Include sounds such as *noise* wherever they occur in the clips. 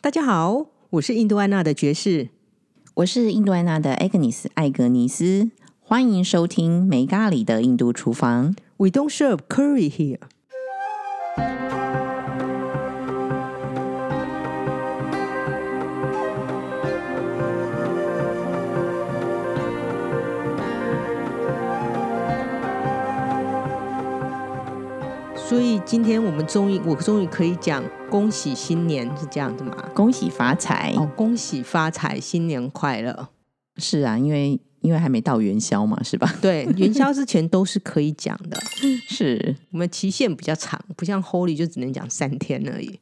大家好，我是印度安娜的爵士。我是印度安娜的艾格尼斯，艾格尼斯，欢迎收听没咖喱的印度厨房。 We don't serve curry here。所以今天我们终于，我终于可以讲恭喜新年是这样子吗？恭喜发财！哦，恭喜发财，新年快乐！是啊，因为因为还没到元宵嘛，是 *laughs* 吧？对，元宵之前都是可以讲的，是，我们期限比较长，不像 Holy 就只能讲三天而已。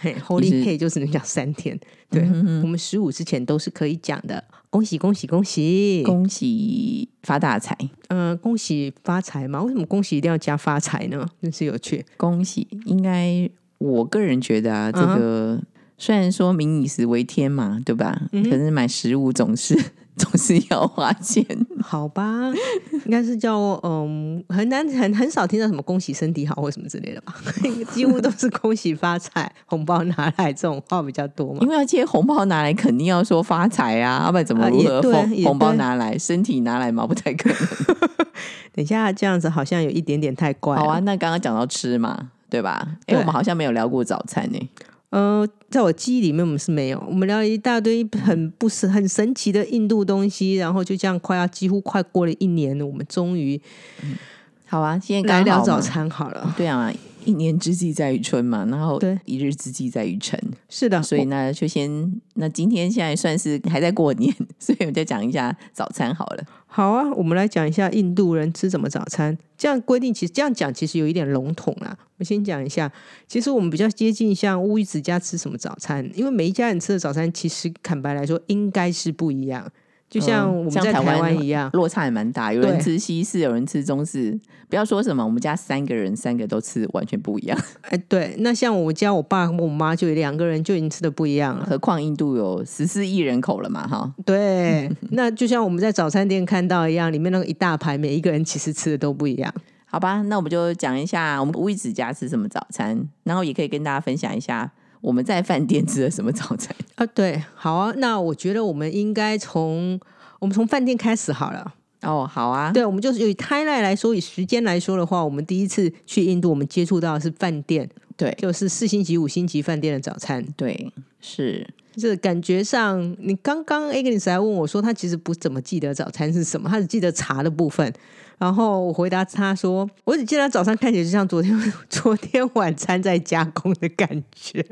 嘿 Holy 哦你是嗯 K 就只能讲三天，对、我们十五之前都是可以讲的。恭喜恭喜恭喜！恭喜发大财，嗯、恭喜发财嘛？为什么恭喜一定要加发财呢？真是有趣。恭喜！应该我个人觉得啊，这个、嗯虽然说民以食为天嘛，对吧？可是买食物总是 *laughs* 总是要花钱，好吧， *laughs* 应该是叫嗯，很难很很少听到什么恭喜身体好或什么之类的吧， *laughs* 几乎都是恭喜发财，红包拿来这种话比较多嘛因。为要借红包拿来，肯定要说发财啊，要不然怎么啊如也何对红、也红包对拿来，身体拿来嘛，不太可能。等一下这样子好像有一点点太怪了。好啊，那刚刚讲到吃嘛，对吧？哎、对我们好像没有聊过早餐呢、呃，在我记忆里面，我们是没有，我们聊了一大堆很不神、很神奇的印度东西，然后就这样快要几乎快过了一年了，我们终于好啊，今天刚来好聊早嘛。餐好了。对啊，一年之计在于春嘛，然后对一日之计在于晨，是的，所以呢，就先那今天现在算是还在过年， *laughs* 所以我们再讲一下早餐好了。好啊，我们来讲一下印度人吃什么早餐。这样规定其实这样讲其实有一点笼统啦。我先讲一下，其实我们比较接近像乌鱼子家吃什么早餐，因为每一家人吃的早餐其实坦白来说应该是不一样，就像嗯我们像在台台湾湾一样。落差也蛮大，有人对吃西式，有人吃中式，不要说什么，我们家三个人三个都吃完全不一样，哎，对，那像我家我爸跟我妈就有两个人就已经吃的不一样了。何况印度有十四亿人口了嘛，哈，对，那就像我们在早餐店看到一样，里面那个一大排，每一个人其实吃的都不一样。好吧，那我们就讲一下我们乌一子家吃什么早餐，然后也可以跟大家分享一下我们在饭店吃的什么早餐。啊，对，好啊，那我觉得我们应该从我们从饭店开始好了。哦，好啊，对，我们就是以 t i 来说，以时间来说的话，我们第一次去印度，我们接触到的是饭店，对就是四星级、五星级饭店的早餐。对是，这感觉上，你刚刚 Agnes 来问我说，他其实不怎么记得早餐是什么，他只记得茶的部分。然后我回答他说，我只记得他早上看起来就像昨天 *laughs* 昨天晚餐在加工的感觉。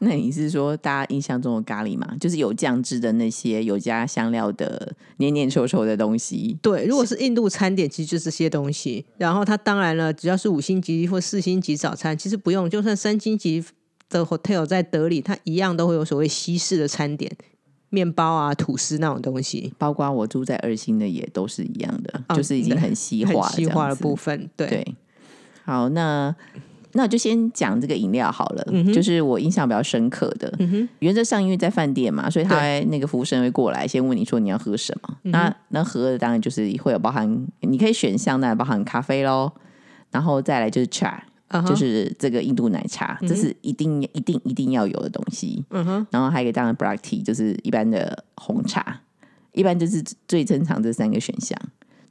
那你是说大家印象中的咖喱嘛？就是有酱汁的那些，有加香料的，黏黏稠稠的东西。对，如果是印度餐点，其实就是这些东西。然后它当然了，只要是五星级或四星级早餐，其实不用，就算三星级的 hotel 在德里，它一样都会有所谓西式的餐点，面包啊、吐司那种东西，包括我住在二星的也都是一样的，啊就是已经很西很化西化的部分。分。对，对，好，那那我就先讲这个饮料好了，就是我印象比较深刻的。原则上因为在饭店嘛，所以他会那个服务生会过来先问你说你要喝什么。那那喝的当然就是会有包含，你可以选项，那包含咖啡喽，然后再来就是 cha，、嗯哼就是这个印度奶茶，这是一定一定一定要有的东西。嗯哼，然后还有一个当然 black tea，就是一般的红茶，一般就是最正常这三个选项。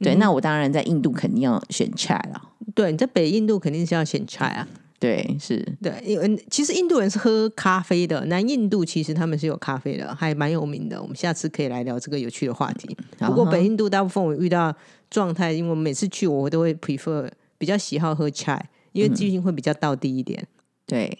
对，那我当然在印度肯定要选 cha 了。对，你在北印度肯定是要选茶啊。对，是对，因为其实印度人是喝咖啡的，南印度其实他们是有咖啡的，还蛮有名的。我们下次可以来聊这个有趣的话题。不过嗯哼北印度大部分我遇到状态，因为我每次去我都会 prefer 比较喜好喝 chai，因为嗯毕竟会比较道地一点。对。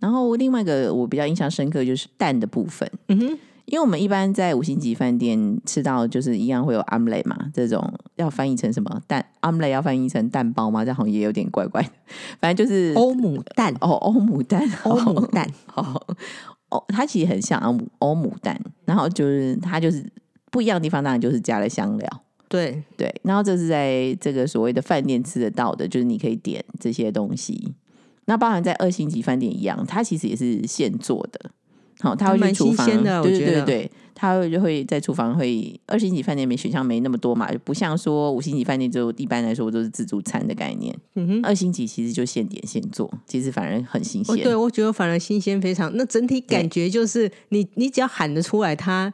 然后另外一个我比较印象深刻就是蛋的部分，嗯哼，因为我们一般在五星级饭店吃到就是一样会有 omelet 嘛，这种要翻译成什么蛋 omelet 要翻译成蛋包吗？这好像也有点怪怪的，反正就是欧姆蛋，哦欧姆蛋， *laughs* 欧姆蛋，哦哦，它其实很像欧姆欧姆蛋，然后就是它就是不一样的地方，当然就是加了香料。对，对，然后这是在这个所谓的饭店吃得到的，就是你可以点这些东西。那包含在二星级饭店一样，它其实也是现做的，好、他会蛮去厨新房，鲜的我对觉对对得对，他会就会在厨房会二星级饭店没选项没那么多嘛，就不像说五星级饭店就一般来说都是自助餐的概念，嗯哼。二星级其实就现点现做，其实反而很新哦，鲜。对，我觉得反而新鲜非常。那整体感觉就是你，你只要喊得出来他，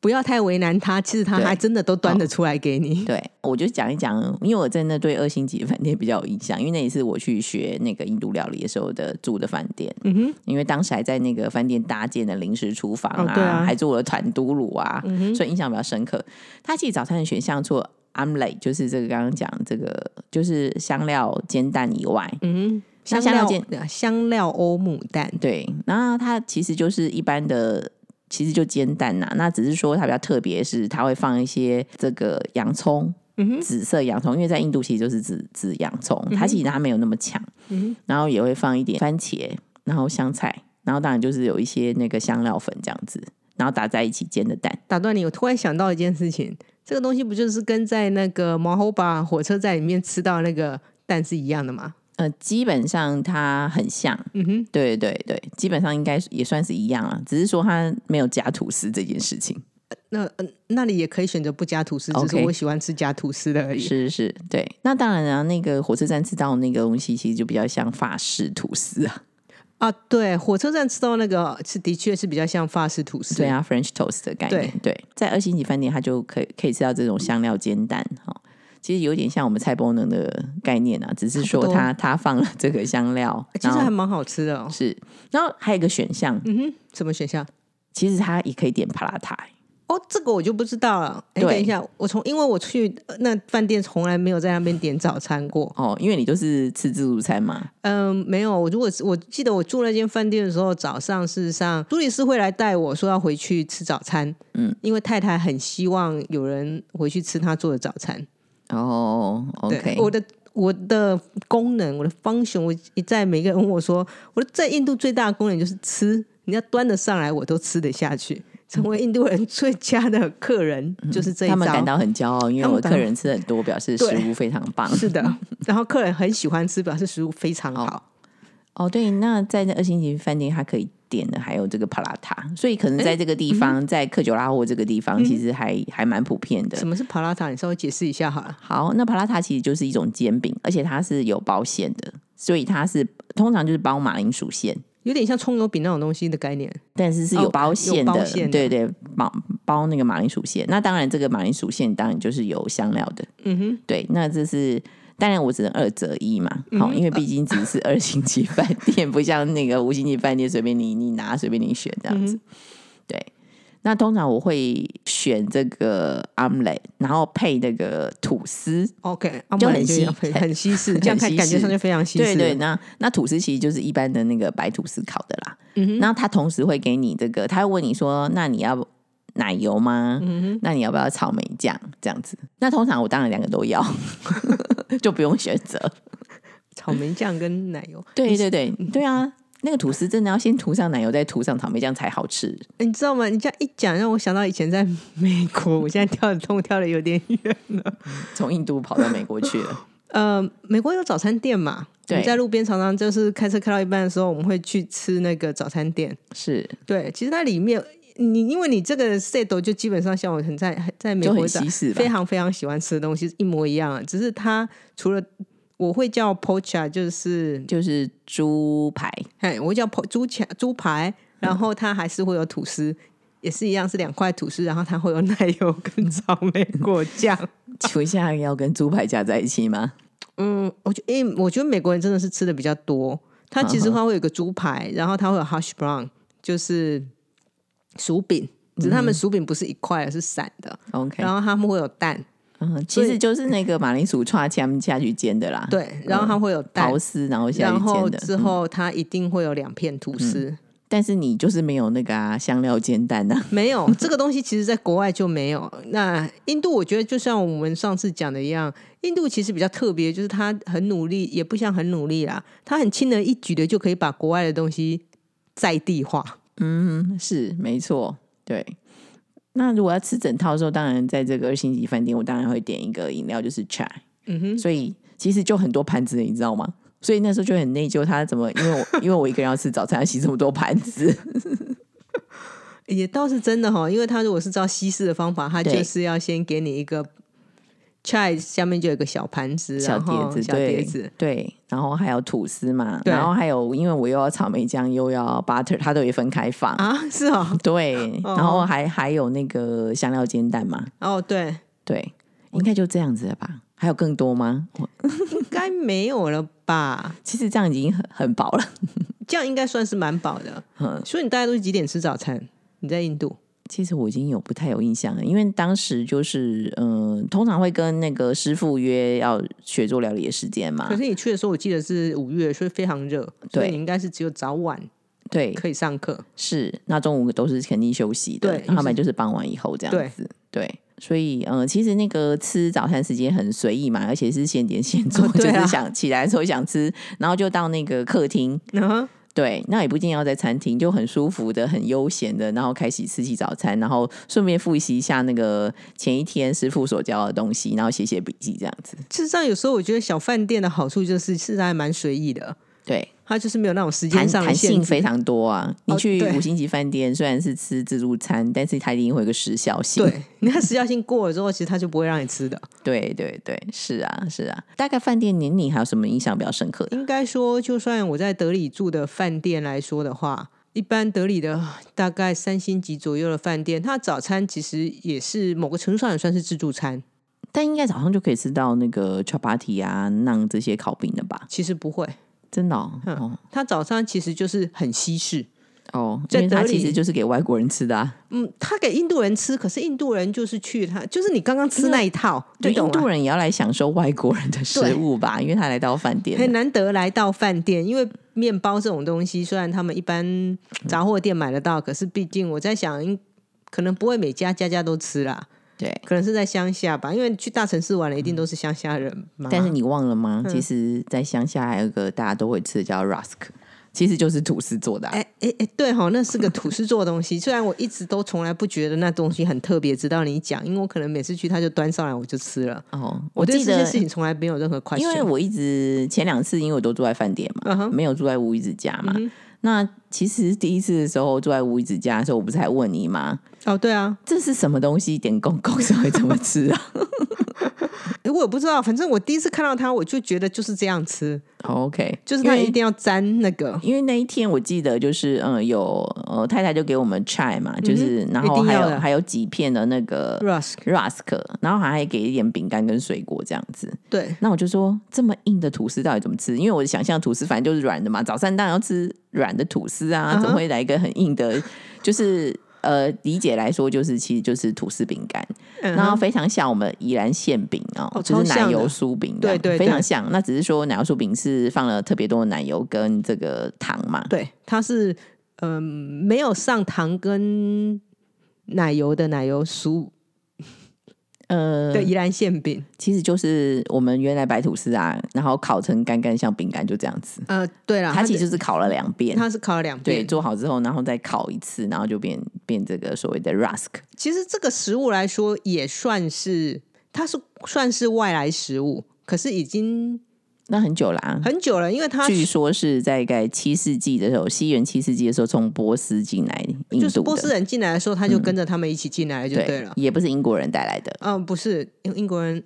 不要太为难他，其实他对还真的都端得出来给你。对，我就讲一讲，因为我真的对二星级的饭店比较有印象，因为那也是我去学那个印度料理的时候的住的饭店。嗯哼，因为当时还在那个饭店搭建的临时厨房哦啊，对啊嗯还做了团都卤啊，所以印象比较深刻。它其实早餐的选项除了 omelette，就是这个刚刚讲这个，就是香料煎蛋以外，嗯哼，那香香料料香料欧姆蛋，对，然后它其实就是一般的。其实就煎蛋呐、那只是说它比较特别，是它会放一些这个洋葱，嗯哼，紫色洋葱，因为在印度其实就是紫紫洋葱，它其实它没有那么强，嗯然后也会放一点番茄，然后香菜，然后当然就是有一些那个香料粉这样子，然后打在一起煎的蛋。打断你，我突然想到一件事情，这个东西不就是跟在那个毛猴巴火车站里面吃到那个蛋是一样的吗？呃，基本上它很像，嗯哼，对对对，基本上应该也算是一样啊，只是说它没有加吐司这件事情。那、呃、那里也可以选择不加吐司，只是 OK 我喜欢吃加吐司的而已。是是，对。那当然啊，那个火车站吃到那个东西，其实就比较像法式吐司啊，啊，对，火车站吃到那个是的确 *laughs* 是比较像法式吐司。对，啊，French toast 的概念。对，在二星级饭店，它就可以可以吃到这种香料煎蛋哈、哦其实有点像我们菜包能的概念啊，只是说差不多哎它它放了这个香料，其实然还后蛮好吃的、哦。是，然后还有一个选项，嗯哼，什么选项？其实它也可以点帕拉塔。哦，这个我就不知道了。哎，对等一下，我从因为我去呃那饭店从来没有在那边点早餐过。哦，因为你都是吃自助餐嘛，嗯，没有。我如果我记得我住那间饭店的时候，早上事实上朱理师会来带我说要回去吃早餐。嗯，因为太太很希望有人回去吃她做的早餐。哦对，OK，我的我的功能，我的 function，我一再每个人问我说，我的在印度最大的功能就是吃，你要端得上来，我都吃得下去，成为印度人最佳的客人、就是这一招。嗯他们感到很骄傲，因为他们我感到客人吃很多，表示食对物非常棒。是 *laughs* 的，然后客人很喜欢吃，表示食物非常好。哦，对，那在那二星级饭店，它可以点的还有这个帕拉塔，所以可能在这个地嗯方，在克久拉霍这个地方，其实还、还蛮普遍的什。么是帕拉塔？你稍微解释一下好了。好，那帕拉塔其实就是一种煎饼，而且它是有包馅的，所以它是通常就是包马铃薯馅，有点像葱油饼那种东西的概念。但是是哦有包馅的，有包馅的对对，包包那个马铃薯馅。那当然，这个马铃薯馅当然就是有香料的，嗯哼，对，那这是当然我只能二择一嘛，好、因为毕竟只是二星级饭店，不像那个五星级饭店随便你你 *laughs* 拿随便你选这样子。对，那通常我会选这个 omelet，然后配那个吐司。 OK，啊就不然很西要很很西式，这样看西感觉式上就非常西式。对对，那那吐司其实就是一般的那个白吐司烤的啦。嗯哼那他同时会给你这个，他会问你说，那你要奶油吗？嗯那你要不要草莓酱这样子？那通常我当然两个都要， *laughs* 就不用选择。草莓酱跟奶油。对对对对啊，那个吐司真的要先涂上奶油，再涂上草莓酱才好吃。你知道吗？你这样一讲，让我想到以前在 *laughs* 美国，我现在跳的痛跳的有点远。从印度跑到美国去 *laughs* 了，呃，美国有早餐店嘛？对我们在路边常常就是开车开到一半的时候，我们会去吃那个早餐店。是对，其实它里面你因为你这个 set 就基本上像我很在在美就国很早西式吧非？常非常喜欢吃的东西一模一样啊，只是它除了我会叫 pocha，就是就是猪排，哎，我会叫 po 猪排猪排，然后它还是会有吐司。也是一样，是两块吐司，然后它会有奶油跟草莓果 *laughs* 酱。请问一下要跟猪排加在一起吗？嗯，我觉得，因为我觉得美国人真的是吃的比较多。他其实嗯哼他会有个猪排，然后他会有 hash brown，就是薯饼，只是他们薯饼不是一块，而是散的。嗯 OK，然后他们会有蛋，嗯，其实就是那个马铃薯串下面下去煎的啦，，对，然嗯后他会有蛋刨，丝然后下然去后煎的。嗯之后他一定会有两片吐司。但是你就是没有那个啊香料煎蛋 *laughs* 啊，没有这个东西，其实在国外就没有。那印度，我觉得就像我们上次讲的一样，印度其实比较特别，就是他很努力，也不像很努力啦，他很轻而易举的就可以把国外的东西在地化。嗯，是没错，对。那如果要吃整套的时候，当然在这个二星级饭店，我当然会点一个饮料，就是 chai。嗯哼，所以其实就很多盘子，你知道吗？所以那时候就很内疚，他怎么因为我因为我一个人要吃早餐，要洗这么多盘子，也倒是真的哈，因为他如果是照西式的方法，他对就是要先给你一个 chai，下面就有一个小盘子，小然后碟子，小碟对子，对，然后还有吐司嘛，对然后还有因为我又要草莓酱又要 butter，它都有分开放。啊，是哦，对，哦然后还还有那个香料煎蛋嘛，哦，对，对，应该就这样子了吧？还有更多吗？我应该没有了吧？其实这样已经很很饱了。这样应该算是蛮饱的。嗯所以你大概都是几点吃早餐？你在印度？其实我已经有不太有印象了，因为当时就是嗯、通常会跟那个师傅约要学做料理的时间嘛可。是你去的时候，我记得是五月，所以非常热，所以对你应该是只有早晚对，可以上课。是，那中午都是肯定休息的，对然后他们就是傍晚以后这对样子，对。所以，呃，其实那个吃早餐时间很随意嘛，而且是现点现做，哦就对啊是想起来的时候想吃，然后就到那个客厅，然后对，那也不一定要在餐厅，就很舒服的、很悠闲的，然后开始吃起早餐，然后顺便复习一下那个前一天师傅所教的东西，然后写写笔记这样子。事实上，有时候我觉得小饭店的好处就是，事实上还蛮随意的，对，它就是没有那种时弹间上的弹限性制。非常多啊！哦你去对五星级饭店虽然是吃自助餐，但是它一定会有个时效性。对，你看时效性过了之后，其实他就不会让你吃的。对对对，是啊是啊。大概饭店年龄还有什么印象比较深刻的？应该说，就算我在德里住的饭店来说的话，一般德里的大概三星级左右的饭店，它早餐其实也是某个程度上也算是自助餐。但应该早上就可以吃到那个 chapati 啊、naan 这些烤饼了吧？其实不会，真的哦嗯哦它早餐其实就是很西式。哦，在因为它德里其实就是给外国人吃的啊。嗯，他给印度人吃，可是印度人就是去他，就是你刚刚吃那一套，对，你懂印吗度？人也要来享受外国人的食对物吧，因为他来到饭很店。难得来到饭店，因为面包这种东西，虽然他们一般杂货店买得到，可是毕竟我在想，应可能不会每家家家都吃啦，对，可能是在乡下吧，因为去大城市玩了，一定都是乡下人嘛。但是你忘了嗯吗？其实，在乡下还有一个大家都会吃的叫 rusk，其实就是吐司做的、啊。哎哎哎，对哈、那是个土司做的东西。 *laughs* 虽然我一直都从来不觉得那东西很特别，直到你讲，因为我可能每次去他就端上来我就吃了。哦，我对记这件得事，情从来没有任何快。因为我一直前两次，因为我都住在饭店嘛嗯哼嗯没有住在吴一子家嘛。那其实第一次的时候住在吴一子家的时候，我不是还问你吗？哦，对啊，这是什么东西？点公公是会怎么吃啊？ *laughs* 诶我也不知道，反正我第一次看到它，我就觉得就是这样吃， o k 就是因它为一定要沾那 *laughs* 个。因为那一天我记得就是嗯有呃太太就给我们 chai 嘛，就是、然嗯一后定还要有的还有几片的那个 Rusk， rusk，然后还给一点饼干跟水果这样子。对，那我就说这么硬的吐司到底怎么吃？因为我的想象吐司反正就是软的嘛，早餐当然要吃软的吐司啊嗯哼怎么会来一个很硬的？就是呃，理解来说就是其实就是吐司饼干，嗯然后哼非常像我们宜兰馅饼哦，哦就是超像奶的油酥饼这样，对对对非常像。那只是说奶油酥饼是放了特别多的奶油跟这个糖嘛，对，它是嗯、没有上糖跟奶油的奶油酥呃，的宜兰馅饼。其实就是我们原来白吐司啊，然后烤成干干像饼干就这样子，呃，对啦，它其的实就是烤了两遍，它是烤了两对，遍。做好之后，然后再烤一次，然后就变变这个所谓的 rusk。其实这个食物来说，也算是它是算是外来食物，可是已经那很久啦、啊，很久了，因为它据说是在概七世纪的时候，西元七世纪的时候从波斯进来印啊就是度波的，嗯斯人进来的时候，他就跟着他们一起进来就对了。也不是英国人带来的。嗯，不是英英国人。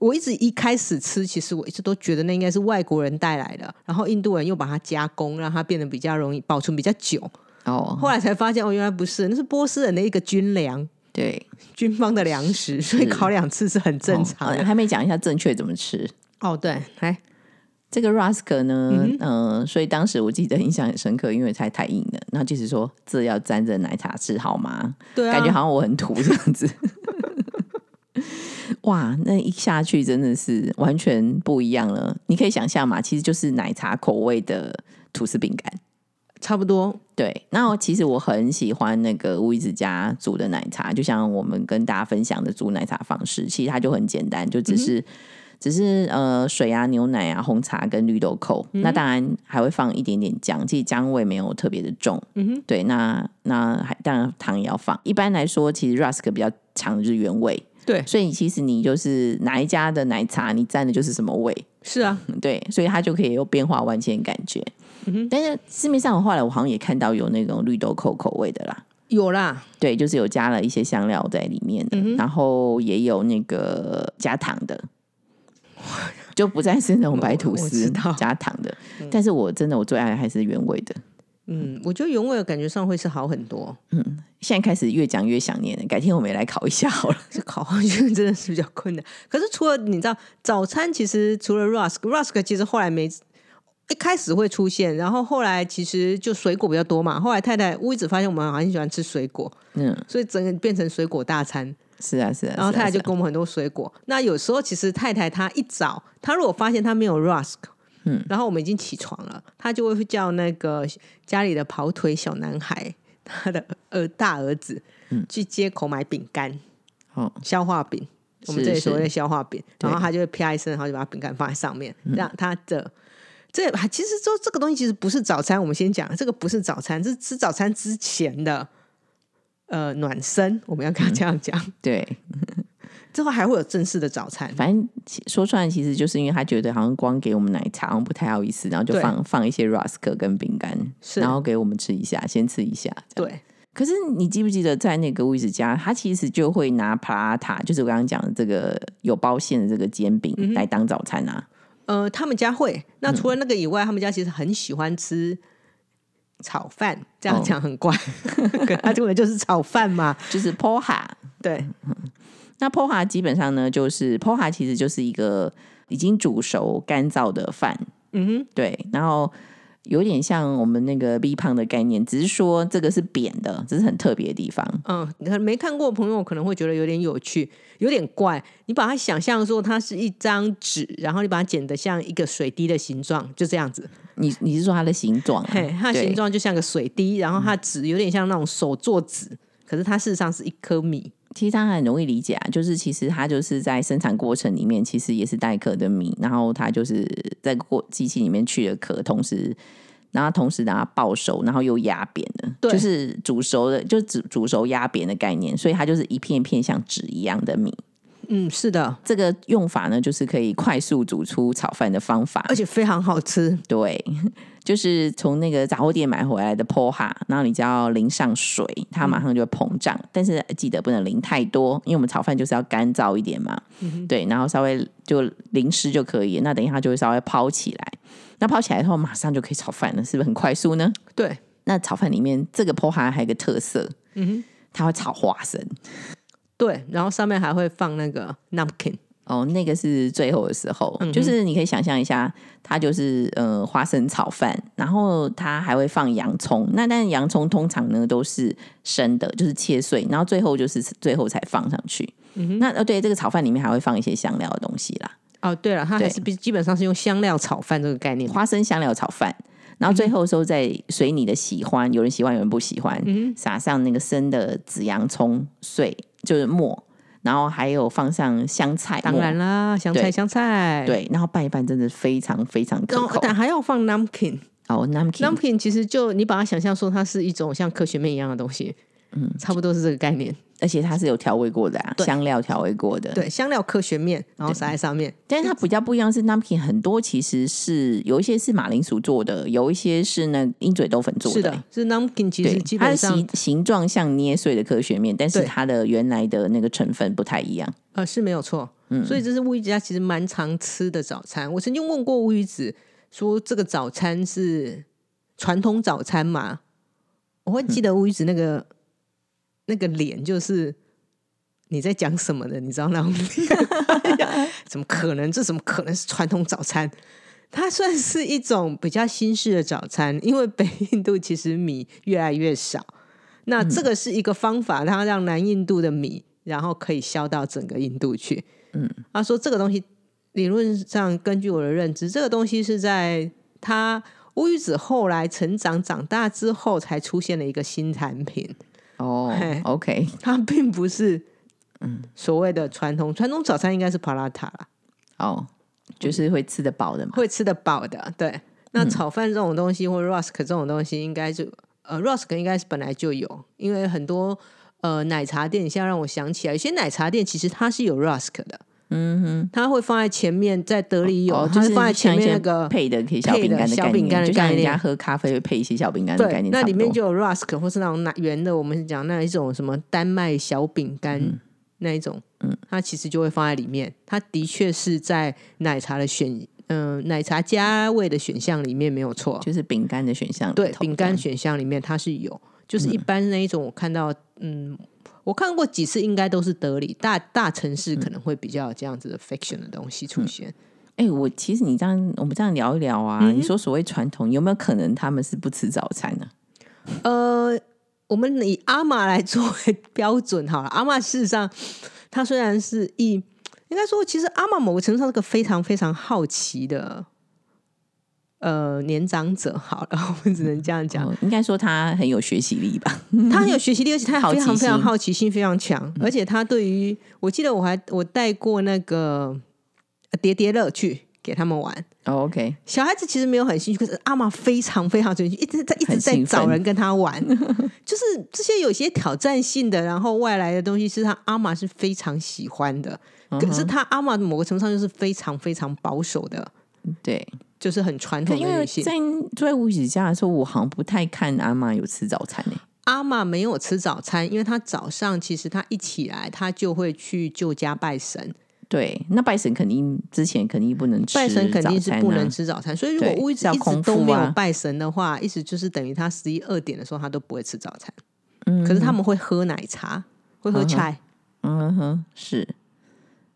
我一直一开始吃，其实我一直都觉得那应该是外国人带来的，然后印度人又把它加工，让它变得比较容易保存比较久。哦，后来才发现，哦，原来不是，那是波斯人的一个军粮，对，军方的粮食，所以烤两次是很正常啊哦呃的。还没讲一下正确怎么吃。哦，对，来，这个 rusk 呢，嗯、所以当时我记得印象很深刻，因为它太硬了。然后即使说这要沾着奶茶吃好吗？对啊，感觉好像我很土这样子。 *laughs* 哇，那一下去真的是完全不一样了。你可以想象嘛，其实就是奶茶口味的吐司饼干。差不多。对，那我其实我很喜欢那个乌伊子家煮的奶茶，就像我们跟大家分享的煮奶茶方式，其实它就很简单，就嗯只是、只是呃水啊、牛奶啊、红茶跟绿豆蔻，嗯那当然还会放一点点姜，其实姜味没有特别的重，嗯哼，对，那那还当然糖也要放。一般来说，其实 rusk 比较强的就是原味，对，所以其实你就是哪一家的奶茶，你蘸的就是什么味，是啊，嗯对，所以它就可以有变化嗯万千的感觉。但是市面上我后来我好像也看到有那种绿豆蔻口味的啦，有啦，对，就是有加了一些香料在里面嗯的，然后也有那个加糖的，就不再是那种白吐我我知司道加糖的。但是我真的我最爱还是原味的。嗯，我觉得原味的感觉上会是好很多，现在开始越讲越想念了，改天我们也来烤一下好了。 *laughs* 这烤 *laughs* 好像真的是比较困难。可是除了你知道早餐，其实除了 rusk，rusk 其实后来没一开始会出现，然后后来其实就水果比较多嘛。后来太太我一直发现我们很喜欢吃水果，嗯，所以整个变成水果大餐。是啊，是啊。然后是太啊太就是啊给我们很多水果。那有时候其实太太她一早，她如果发现她没有 rusk，嗯，然后我们已经起床了，她就会叫那个家里的跑腿小男孩，他的呃大儿子，嗯去街口买饼干、哦，消化饼。我们是这里所谓的是消化饼，对嗯然后他就会啪一声，然后就把饼干放在上面，让他的这还其实说这个东西其实不是早餐，我们先讲这个不是早餐，这是吃早餐之前的呃暖身，我们要跟他这样讲。对，之后还会有正式的早餐。反正其说穿了，其实就是因为他觉得好像光给我们奶茶好像不太好意思，然后就对放放一些 rusk 跟饼干，是然后给我们吃一下，先吃一下。这样对，可是你记不记得在那个位置家，他其实就会拿 prata，就是我刚刚讲的这个有包馅的这个煎饼嗯来当早餐啊。呃，他们家会。嗯那除了那个以外，他们家其实很喜欢吃炒饭。这哦样讲很 *laughs* 怪， *laughs* 可他这个就是炒饭嘛。就是 poha。对，那 poha 基本上呢，就是 poha 其实就是一个已经煮熟干燥的饭，嗯哼，对，然后有点像我们那个 B 胖的概念，只是说这个是扁的，这是很特别的地方。嗯，可能没看过的朋友可能会觉得有点有趣，有点怪。你把它想象说它是一张纸，然后你把它剪得像一个水滴的形状，就这样子。你你是说它的形状、啊？嘿，它的对形状就像个水滴，然后它纸有点像那种手做纸，可是它事实上是一颗米。其实它很容易理解啊，就是其实它就是在生产过程里面，其实也是带壳的米，然后它就是在过机器里面去了壳，同时，然后同时把它爆熟，然后又压扁了，对就是煮熟的，就是煮煮熟压扁的概念，所以它就是一片一片像纸一样的米。嗯，是的，这个用法呢，就是可以快速煮出炒饭的方法而。且非常好吃。对， *laughs* 就是从那个杂货店买回来的 POHA，然后你只要淋上水，它马上就会膨胀。但是记得不能淋太多，因为我们炒饭就是要干燥一点嘛。对，然后稍微就淋湿就可以。那等一下它就会稍微泡起来，那泡起来之后马上就可以炒饭了，是不是很快速呢？对，那炒饭里面这个 POHA 还有一个特色，嗯它会炒花生。对，然后上面还会放那个 napkin，哦，那个是最后的时候，嗯就是你可以想象一下，它就是呃花生炒饭，然后它还会放洋葱。那但洋葱通常呢都是生的，就是切碎，然后最后就是最后才放上去。嗯那呃对，这个炒饭里面还会放一些香料的东西啦，哦，对了，它还对是比基本上是用香料炒饭这个概念。花生香料炒饭。嗯然后最后的时候再随你的喜欢，有人喜欢，有人不喜欢，嗯撒上那个生的紫洋葱碎，就是末，然后还有放上香菜末，当然啦，香菜对香菜，，对，然后拌一拌，真的非常非常可然后口。但还要放 napkin。哦 n u m k i n napkin 其实就你把它想象说它是一种像科学面一样的东西，嗯，差不多是这个概念。而且它是有调味过的、啊，对香料调味过的。对，香料科学面，然后撒在上面。但是它比较不一样是 n u m k i n 很多其实是有一些是马铃薯做的，有一些是那个鹰嘴豆粉做是的的，是 napkin，其对实基，它本的上形形状像捏碎的科学面，但是对它的原来的那个成分不太一样。呃是没有错。所以这是乌鱼子家其实蛮常吃的早餐。我曾经问过乌鱼子说这个早餐是传统早餐吗？我会记得乌鱼子那个、那个脸就是。你在讲什么呢？你知道那种脸哎呀怎么可能？这怎么可能是传统早餐？它算是一种比较新式的早餐，因为北 *laughs* 印度其实米越来越少，那这个是一个方法，它让南印度的米，然后可以销到整个印度去。嗯，他说这个东西理论上根据我的认知，这个东西是在他乌鱼子后来成长长大之后才出现了一个新产品，哦嘿，OK，它并不是嗯所谓的传统传统早餐应该是帕拉塔啦，哦，就是会吃得饱的嘛。会吃得饱的。对，嗯那炒饭这种东西或 rusk 这种东西，应该就呃 rusk 应该是本来就有，因为很多呃奶茶店，你现在让我想起来，有些奶茶店其实它是有 rusk 的，嗯哼，它会放在前面，在德里有，哦，就它是放在前像一面些那个配的可以小配饼的干的小概饼念，干的就像概人家念喝咖啡会配一些小饼干的概对，念差那不多，里面就有 rusk 或是那种拿圆的，我们讲那一种什么丹麦小饼干、那一种，嗯，它其实就会放在里面。它的确是在奶茶的选，嗯、奶茶加味的选项里面没有错，就是饼干的选项里头，对，饼干选项里面它是有，就是一般那一种我看到，嗯。我看过几次，应该都是德里大大城市可能会比较有这样子的 fiction 的东西出现。哎、我其实你这样，我们这样聊一聊啊，嗯你说所谓传统，有没有可能他们是不吃早餐呢、呃，我们以阿玛来作为 *laughs* 标准好了。阿玛事实上，他虽然是一，应该说，其实阿玛某个程度上是个非常非常好奇的，呃，年长者。好了， *laughs* 我们只能这样讲。哦应该说他很有学习力 *laughs* 吧？他很有学习力，而且他好嗯非奇常非常心好奇心非嗯常强，而且他对于我记得我还我带过那个呃叠叠乐去给他们玩。哦，OK、小孩子其实没有很兴趣，可是阿玛非常非常有兴趣，一直在一直在很兴奋找人跟他 *laughs* 玩，就是这些有些挑战性的，然后外来的东西是他阿玛是非常喜欢的， o k 可是他阿玛某个程度上就是非常非常保守的，对，就是很传可统因的为女性。在住在五指家的时候，我好像不太看阿妈有吃早餐诶、阿玛没有吃早餐，因为她早上其实她一起来，她就会去舅家拜神，对，那拜神肯定之前肯定不能吃、早拜神肯定是餐啊不能吃早餐，所以如果对乌一直要一直空都腹没有啊拜神的话，意思就是等于他十一二点的时候他都不会吃早餐。嗯可是他们会喝奶茶，会喝嗯哼茶。嗯哼，是。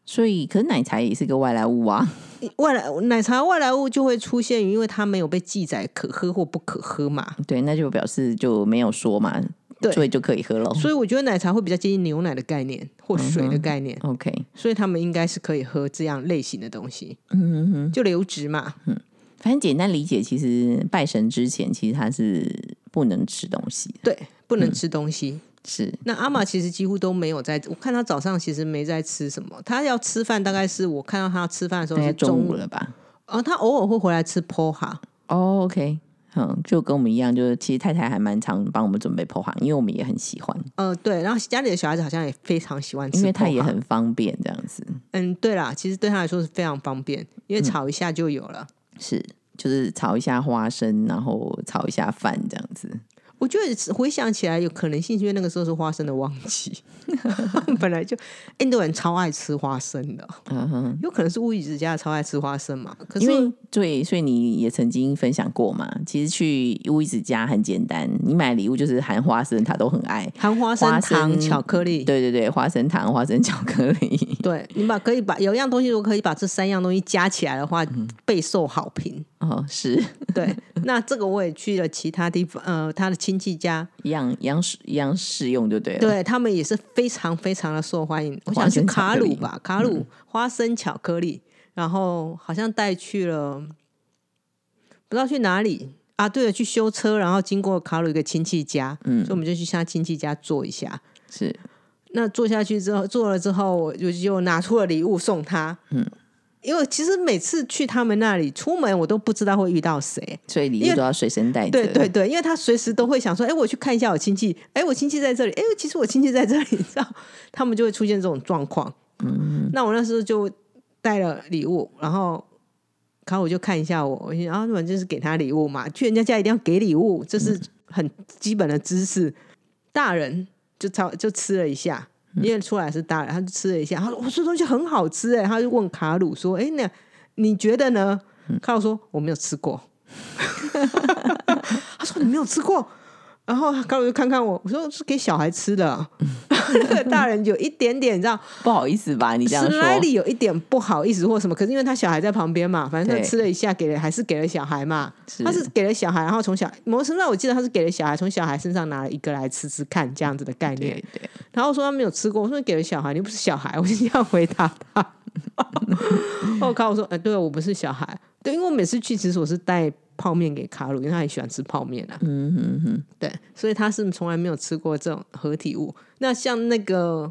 所以，可是奶茶也是个外来物啊。 *laughs* 外来奶茶外来物就会出现于，因为它没有被记载可喝或不可喝嘛，对，那就表示就没有说嘛，对所以就可以喝了。所以我觉得奶茶会比较接近牛奶的概念嗯或水的概念， OK，所以他们应该是可以喝这样类型的东西，嗯哼。嗯就流质嘛。反正简单理解，其实拜神之前，其实他是不能吃东西的，对，不嗯能吃东西。是那阿玛其实几乎都没有在，我看他早上其实没在吃什么，他要吃饭大概是我看到他吃饭的时大候概是中中午，了吧？哦，他偶尔会回来吃 POHA，哦、o k 嗯，就跟我们一样，就是其实太太还蛮常帮我们准备破行，因为我们也很喜欢，呃，对，然后家里的小孩子好像也非常喜欢吃 POHA，因为它也很方便，这样子嗯，对啦，其实对他来说是非常方便，嗯因为炒一下就有了。是就是炒一下花生，然后炒一下饭这样子。我觉得回想起来有可能性，是因为那个时候是花生的旺 *laughs* 季，本来就印度人超爱吃花生的，嗯哼，有可能是乌语之家超爱吃花生嘛。可因是为对，所以你也曾经分享过嘛，其实去乌伊子家很简单，你买礼物就是含花生，他都很爱。含花生花生糖、巧克力，对对对，花生糖、花生巧克力。对你把可以把有一样东西，如果可以把这三样东西加起来的话，备受好评。哦，是对，那这个我也去了其他地方，呃，他的亲戚家，一样一样适一样适用就对了。对他们也是非常非常的受欢迎。我想去卡鲁吧，卡鲁花生巧克力，然后好像带去了，不知道去哪里啊？对了，去修车，然后经过卡鲁一个亲戚家，嗯，所以我们就去他亲戚家坐一下。是那坐下去之后，坐了之后，我就就拿出了礼物送他，嗯。因为其实每次去他们那里出门，我都不知道会遇到谁。所以因礼为物都要随身带着。对对对，因为他随时都会想说，哎，我去看一下我亲戚，哎，我亲戚在这里，哎，其实我亲戚在这里，你知道，他们就会出现这种状况。嗯，那我那时候就带了礼物，然后。然后我就看一下我，我就然后反正就是给他礼物嘛，去人家家一定要给礼物，这是很基本的知识。大人就超就吃了一下，因为出来是大人，他就吃了一下，他说：“我、哦这东西很好吃哎。”他就问卡鲁说：“哎，那你觉得呢？”卡鲁说：“我没有吃过。”他说：“你没有吃过？”然后卡鲁就看看我，我说：“是给小孩吃的 *laughs* 啊。”那个大人有一点点，你知道，不好意思吧？你这样史莱说，里有一点不好意思或什么，可是因为他小孩在旁边嘛，反正他对吃了一下，给了还是给了小孩嘛，是他是给了小孩，然后从小某种程度上我记得他是给了小孩，从小孩身上拿了一个来吃吃看这样子的概念对。对，然后说他没有吃过，我说你给了小孩，你又不是小孩，我 *laughs* 就这样回答他。 *laughs* 我靠，我说哎、对我不是小孩，对，因为我每次去其实我是带泡面给卡鲁，因为他也喜欢吃泡面啊。嗯哼哼，对，所以他是从来没有吃过这种合体物。那像那个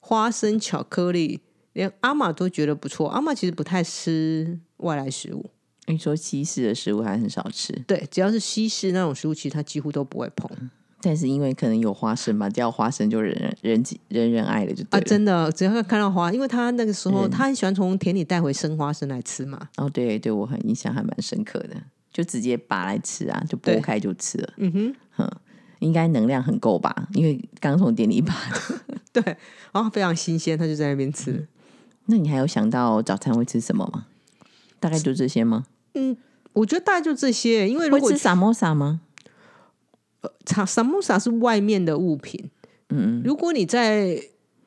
花生巧克力，连阿玛都觉得不错。阿玛其实不太吃外来食物，你说西式的食物还很少吃，对，只要是西式那种食物，其实他几乎都不会碰。但是因为可能有花生吧，叫花生就人人人挤人人爱了就啊，对了。真的，只要他看到花，因为他那个时候、嗯他很喜欢从田里带回生花生来吃嘛。哦，对对，我很印象还蛮深刻的，就直接拔来吃啊，就对剥开就吃了，嗯哼，应该能量很够吧？因为刚从店里拔 *laughs* 对，的。然后非常新鲜，他就在那边吃。嗯那你还有想到早餐会吃什么吗？大概就这些吗？我觉得大概就这些，因为如会果吃萨摩萨吗？萨萨木萨是外面的物品，嗯，如果你在，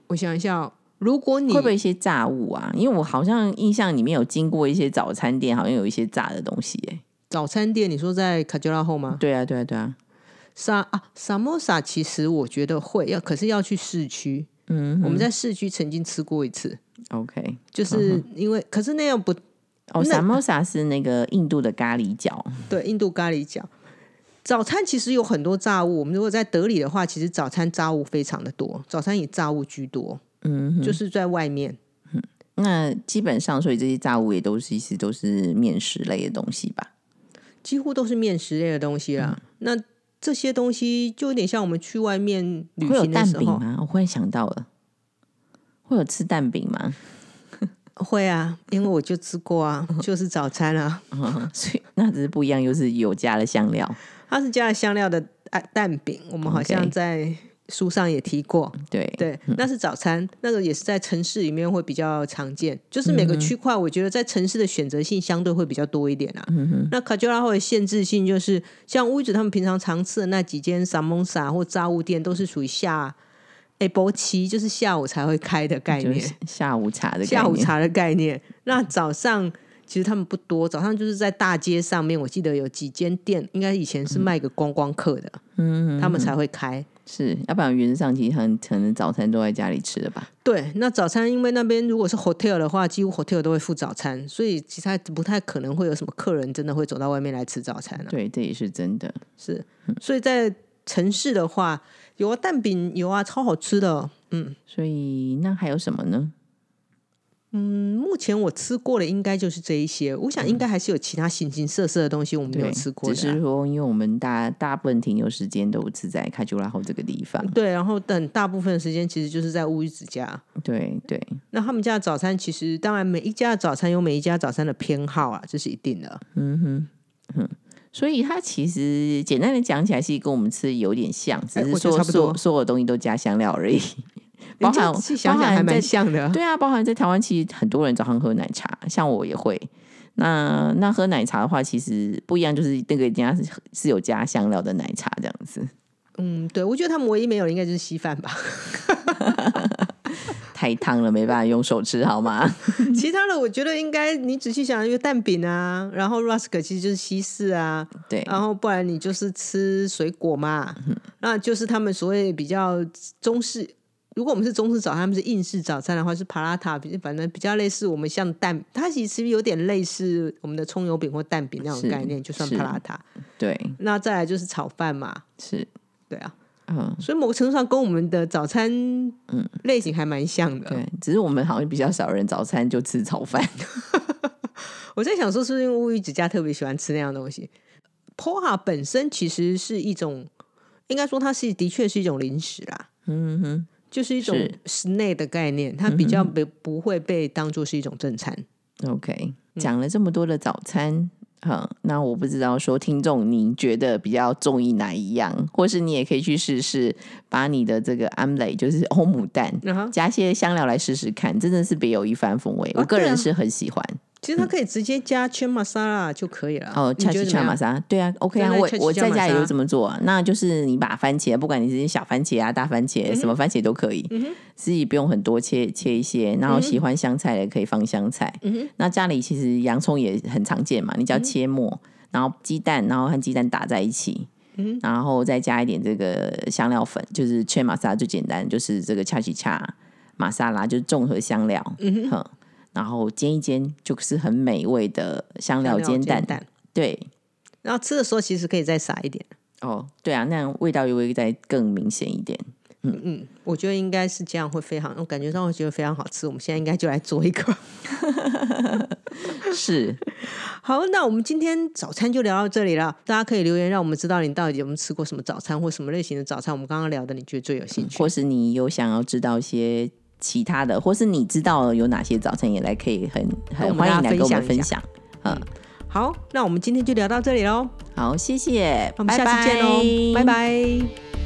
我想一下哦，如果你会不会一些炸物啊？因为我好像印象里面有经过一些早餐店，好像有一些炸的东西、耶。早餐店，你说在卡吉拉后吗？对啊，对啊，对啊。萨啊，萨摩萨其实我觉得会要，可是要去市区。嗯，我们在市区曾经吃过一次， OK，嗯就是因为、可是那样不哦，那萨摩萨是那个印度的咖喱饺，对，印度咖喱饺。早餐其实有很多炸物，我们如果在德里的话，其实早餐炸物非常的多，早餐以炸物居多，嗯哼，就是在外面。那基本上，所以这些炸物也都是其实都是面食类的东西吧。几乎都是面食类的东西啦。嗯那这些东西就有点像我们去外面旅会有行的蛋时饼候，吗？我忽然想到了，会有吃蛋 *laughs* 饼吗？会啊，因为我就吃过 *laughs* 啊，就是早餐啊，嗯所以那只是不一样，又是有加了香料。它是加了香料的蛋蛋饼，我们好像 OK 在书上也提过。对，对，那是早餐，那个也是在城市里面会比较常见，就是嗯每个区块，我觉得在城市的选择性相对会比较多一点啊。嗯那卡吉拉会的限制性就是，像乌子他们平常常吃的那几间萨蒙萨或炸物店，都是属于下 a b 期，就是下午才会开的概就念，是下午茶的概念下午。茶的概念。那早上。其实他们不多，早上就是在大街上面，我记得有几间店，应该以前是卖给观光客的，嗯，他们才会开。是，要不然原则上其实很可能早餐都在家里吃的吧。对，那早餐因为那边如果是 hotel 的话，几乎 hotel 都会付早餐，所以其他不太可能会有什么客人真的会走到外面来吃早餐啊。对，这也是真的。是，所以在城市的话，有啊蛋饼，有啊超好吃的。嗯所以那还有什么呢？嗯，目前我吃过的应该就是这一些，我想应该还是有其他形形色色的东西我们没有对，吃过只的啊、是说，因为我们大大部分停留时间都是在卡丘拉后这个地方。对，然后等大部分的时间其实就是在乌鱼子家。对对，那他们家的早餐其实，当然每一家的早餐有每一家早餐的偏好啊，这是一定的。所以它其实简单的讲起来，其实跟我们吃有点像，只哎是我觉得说差不多所有所有东西都加香料 *laughs* 而已。包含诶这想想包含还蛮在像的啊。对啊，包含在台湾，其实很多人早上喝奶茶，像我也会。那那喝奶茶的话，其实不一样，就是那个人家是是有加香料的奶茶这样子， *laughs* 嗯，对，我觉得他们唯一没有的应该就是稀饭吧，太烫了，没办法用手吃好吗？ *laughs* 其他的我觉得应该你仔细想，因为蛋饼啊，然后 rusk 其实就是西式啊，对，嗯然后不然你就是吃水果嘛，那就是他们所谓比较中式。如果我们是中式早餐，他们是印式早餐的话，是帕拉塔，比反正比较类似我们像蛋，它其实有点类似我们的葱油饼或蛋饼那种是概念，就算是帕拉塔。对，那再来就是炒饭嘛，是，对啊，嗯，所以某个程度上跟我们的早餐类型还蛮像的。对，只是我们好像比较少人早餐就吃炒饭， *laughs* 我在想说，是不是因为乌鱼子家特别喜欢吃那样东西？Poha 本身其实是一种，应该说它是的确是一种零食啦，嗯哼，就是一种是嗯 snack 的概念，它比较不不会被当做是一种正餐。 OK，讲嗯了这么多的早餐，嗯，那我不知道说听众你觉得比较中意哪一样，或是你也可以去试试，把你的这个 omelet 就是欧姆蛋然后，加些香料来试试看，真的是别有一番风味。哦我个对啊人是很喜欢其实它可以直接加 c h i masala 就可以了。哦，你恰觉得奇怎恰么玛样？莎，对啊，OK 啊，对我恰奇我恰在玛家也莎就这么做啊、那就是你把番茄，不管你是小番茄啊、大番嗯茄，什么番茄都可以，自己不用很多切切一些，然后嗯喜欢香菜的可以放香菜，那家里其实洋葱也很常见嘛，你嗯只要切末，然后鸡蛋，然后和鸡蛋打在一起，嗯然后再加一点这个香料粉，就是切玛莎最简单，就是这个恰奇恰玛莎拉，就是综合香料，嗯哼，然后煎一煎，就是很美味的香料煎蛋，蛋，对。然后吃的时候其实可以再撒一点。哦，对啊，那样味道就会再更明显一点。嗯嗯，我觉得应该是这样，会非常，我感觉上会觉得非常好吃。我们现在应该就来做一个。是，好，那我们今天早餐就聊到这里了。大家可以留言让我们知道你到底有没有吃过什么早餐，或什么类型的早餐。我们刚刚聊的，你觉得最有兴趣？或是你有想要知道一些其他的，或是你知道有哪些早餐也来可以很很欢迎来跟我们分享。嗯，好，那我们今天就聊到这里喽。好，谢谢，我们下次见喽，拜拜。